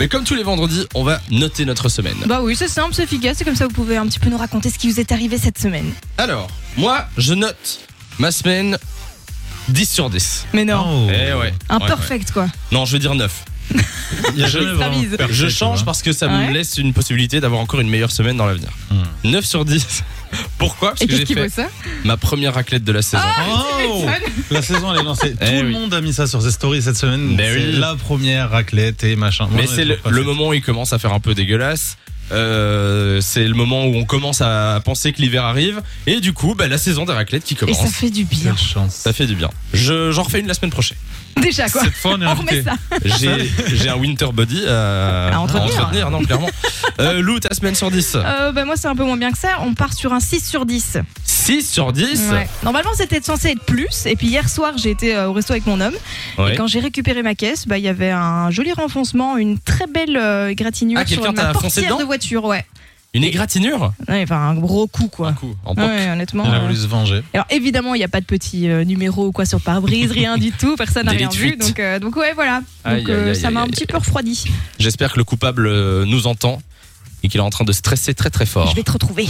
Mais comme tous les vendredis, on va noter notre semaine. Bah oui, c'est simple, c'est efficace, c'est comme ça vous pouvez un petit peu nous raconter ce qui vous est arrivé cette semaine. Alors, moi, je note ma semaine 10 sur 10. Mais non, Oh. Eh ouais. un Ouais, ouais. perfect quoi. Non, je vais dire 9. Il y a jamais Ça vraiment vise. perfect, Je change hein. parce que ça Ouais. me laisse une possibilité d'avoir encore une meilleure semaine dans l'avenir. Hmm. 9 sur 10. Pourquoi Parce Et que qu'est-ce j'ai qui Ah vaut fait ça ma première raclette de la saison. Oh La saison elle est lancée. Tout Eh le oui. monde a mis ça sur ses stories cette semaine. Ben c'est oui. la première raclette et machin. Moi, Mais j'en ai c'est le, toujours pas le fait. moment où il commence à faire un peu dégueulasse. Euh, c'est le moment où on commence à penser que l'hiver arrive. Et du coup, bah, la saison des raclettes qui Et commence. ça fait du bien. Quelle chance. Ça fait du bien. Je- J'en refais une la semaine prochaine. Déjà quoi. Cette fois on est On remet invité. ça. J'ai j'ai un winter body euh, à, À entretenir. non, clairement. Euh, Lou, ta semaine sur 10. Euh, bah moi c'est un peu moins bien que ça, on part sur un 6 sur 10. 6 sur 10. Ouais. Normalement c'était censé être plus, et puis hier soir j'ai été euh, au resto avec mon homme, Ouais. et quand j'ai récupéré ma caisse, bah il y avait un joli renfoncement, une très belle euh, égratignure Ah, sur quelqu'un ma t'a foncé portière dedans de voiture, ouais. Une égratignure Ouais, Enfin un gros coup quoi. Ah, Un coup, en Ouais, honnêtement. Il a euh, voulu se venger. Alors évidemment, il n'y a pas de petit euh, numéro ou quoi sur le pare-brise, rien du tout, personne n'a Délit rien de vu. fuite. Donc, euh, donc ouais, voilà. Donc Aïe, euh, aïe, aïe, ça m'a aïe, un aïe, petit peu refroidi. J'espère que le coupable euh, nous entend et qu'il est en train de stresser très très fort. Je vais te retrouver.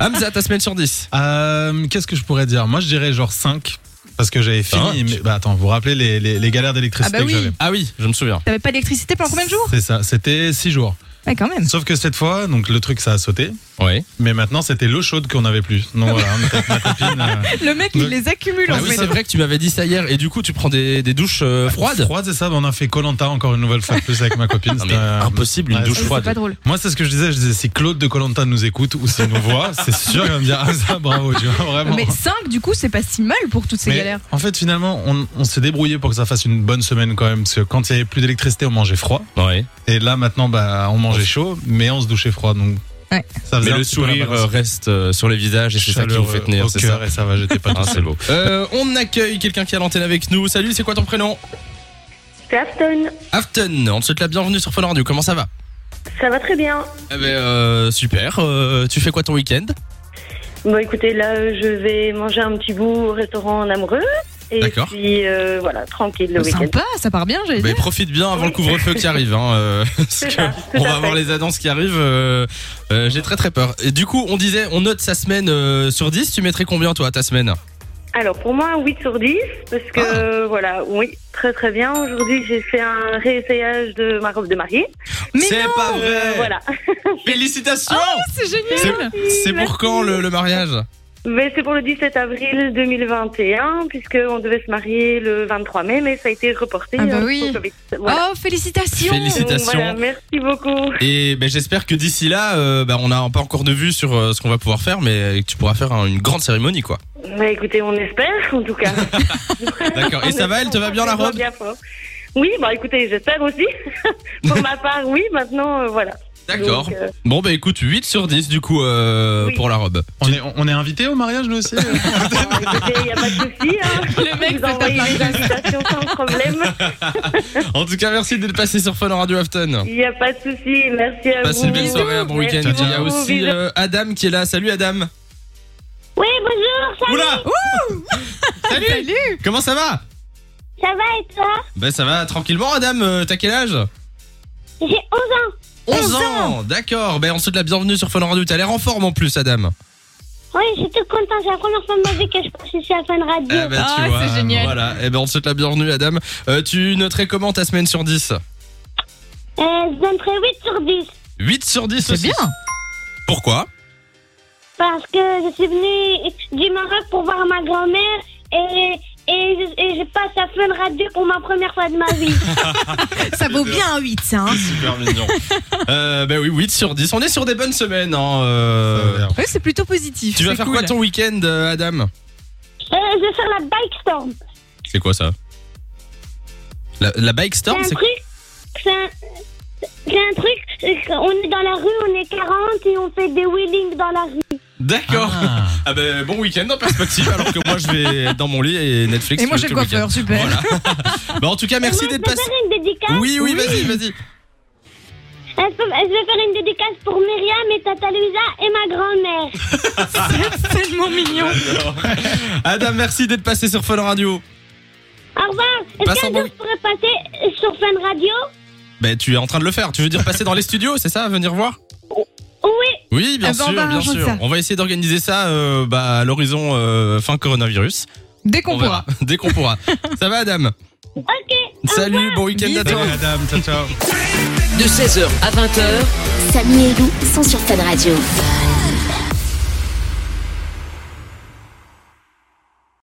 Hamza, ta semaine sur 10. Euh, Qu'est-ce que je pourrais dire Moi je dirais genre 5. Parce que j'avais fini. Cinq mais- bah, attends, vous vous rappelez les, les- les galères d'électricité Ah bah que oui. j'avais Ah oui, je me souviens. T'avais pas d'électricité pendant combien de jours Mmh. C'est ça, c'était 6 jours. Ouais, quand même. Sauf que cette fois, donc le truc ça a sauté. Ouais. Mais maintenant c'était l'eau chaude qu'on avait plus. Donc voilà, avec ma copine. euh, Le Ah, mec, il Le- les accumule Ah en oui, fait. Oh, c'est vrai que tu m'avais dit ça hier et du coup tu prends des, des douches euh, froides. Froide, c'est ça. bah, On a fait Colanta encore une nouvelle fois de plus avec ma copine. Non, c'était, mais euh, impossible une ouais, douche Ouais, C'est froide. pas drôle. Moi, c'est ce que je disais. Je disais, si Claude de Colanta nous écoute ou s'il nous voit, c'est sûr qu'il va me dire Ah, ça, bravo, tu vois, Oh. vraiment. Mais 5 du coup, c'est pas si mal pour toutes ces Mais galères. en fait, finalement, on, on s'est débrouillé pour que ça fasse une bonne semaine quand même. Parce que quand il n'y avait plus d'électricité, on mangeait froid. Ouais. Et là, maintenant, bah, on mangeait chaud, mais on se douchait froid. Donc, Ouais. ça faisait Mais un le petit peu la sourire balance. euh, reste euh, sur les visages et c'est ça qui Chaleur, vous fait euh, tenir, au c'est cœur, ça. Et ça va, j'étais pas Ah, tout c'est seul. beau. Euh, on accueille quelqu'un qui est à l'antenne avec nous. Salut, c'est quoi ton prénom C'est Afton. Afton, on te souhaite la bienvenue sur Fun Radio. Comment ça va Ça va très bien. Eh ben, euh, super. Euh, tu fais quoi ton week-end Bon, écoutez, là, euh, je vais manger un petit bout au restaurant en amoureux. Et D'accord. puis, euh, voilà, tranquille le week-end. Oh, Sympa, ça part bien, j'allais Mais dire. Ben, profite bien avant Oui. le couvre-feu qui arrive. Hein, euh, parce C'est que ça, tout on à va fait. avoir les annonces qui arrivent. euh, euh, J'ai très très peur. Et du coup, on disait, on note sa semaine euh, sur 10. Tu mettrais combien toi ta semaine Alors, pour moi, un 8 sur 10, parce que, Ah. euh, voilà, oui, très très bien. Aujourd'hui, j'ai fait un réessayage de ma robe de mariée. Mais ah, C'est pas Euh, vrai voilà. Ah, Félicitations C'est génial. C'est pour quand le, le mariage Mais c'est pour le 17 avril 2021, puisqu'on devait se marier le 23 mai, mais ça a été reporté. Ah bah euh, oui. pour Covid. Voilà. Oh, félicitations. Félici- Donc, Ah. voilà, félicitations. merci beaucoup. Et ben, j'espère que d'ici là, euh, ben, on n'a pas encore de vue sur euh, ce qu'on va pouvoir faire, mais que tu pourras faire hein, une grande cérémonie quoi. Bah écoutez, on espère en tout cas. D'accord. Et ça va, elle te va bien, la robe Oui, bah écoutez, j'espère aussi. Pour ma part, oui, maintenant, euh, voilà. D'accord. Donc, euh, Bon bah écoute, 8 sur 10 du coup euh, Oui. pour la robe. On est, on est invité au mariage, nous aussi bon, écoutez, il n'y a pas de souci. Hein. Le mec, Je c'est vous envoie un une invitation sans problème. En tout cas, merci d'être passé sur Fun Radio Afton. Il n'y a pas de souci. Merci à Passez vous. une belle soirée, un bon Merci week-end. Il y a beaucoup, aussi bisous. euh, Adam qui est là. Salut Adam. Oui, bonjour, ça, Oula Salut Salut. Comment ça va ça va et toi Ben ça va tranquillement, Adam. Euh, T'as quel âge J'ai 11 ans. 11 ans D'accord. Ben on te souhaite la bienvenue sur Fun Radio. T'as l'air en forme en plus, Adam. Oui, je suis tout content, c'est la première fois de ma vie que je passe ici à Fun Radio. Eh ben, Ah, c'est génial. Voilà. Eh ben on te souhaite la bienvenue, Adam. Euh, tu noterais comment ta semaine sur 10 Euh, je donnerai 8 sur 10 8 sur 10 C'est aussi. bien. Pourquoi parce que je suis venue du Maroc pour voir ma grand-mère et, et, je- et je passe à Fun Radio pour ma première fois de ma vie. Ça vaut bien un 8, ça. hein. Super mignon. euh, ben oui, 8 sur 10. On est sur des bonnes semaines. Hein, euh. Ouais, c'est plutôt positif. Tu vas c'est faire cool. quoi ton week-end, euh, Adam Euh, je vais faire la Bike Storm. C'est quoi ça la, la bike C'est storm un c'est truc. C'est un, c'est un truc. euh, On est dans la rue, on est 40 et on fait des wheelings dans la rue. D'accord. Ah. ben bon week-end en perspective alors que moi je vais être dans mon lit et Netflix. Et moi, tout j'ai le le week-end. coiffeur, super. Voilà. bah en tout cas merci Moi, d'être je vais passé. faire une hein. dédicace. Oui oui vas-y vas-y. Je peux- je vais faire une dédicace pour Myriam et Tata Louisa et ma grand-mère. Ah, C'est tellement mignon. Adam merci d'être passé sur Fun Radio. Au revoir. Passe Est-ce un qu'un bon jour je pourrais passer sur Fun Radio Ben, tu es en train de le faire. Tu veux dire passer dans les studios, c'est ça Venir voir Oui, Oui, bien Eh ben, on sûr, va bien arranger sûr. ça. On va essayer d'organiser ça euh, bah, à l'horizon euh, fin coronavirus. Dès qu'on On pourra. verra. Dès qu'on pourra. ça va, Adam Ok. Salut, bon week-end à toi. Salut, madame. Ciao, ciao. De 16h à 20h, Samy et Lou sont sur Fan Radio.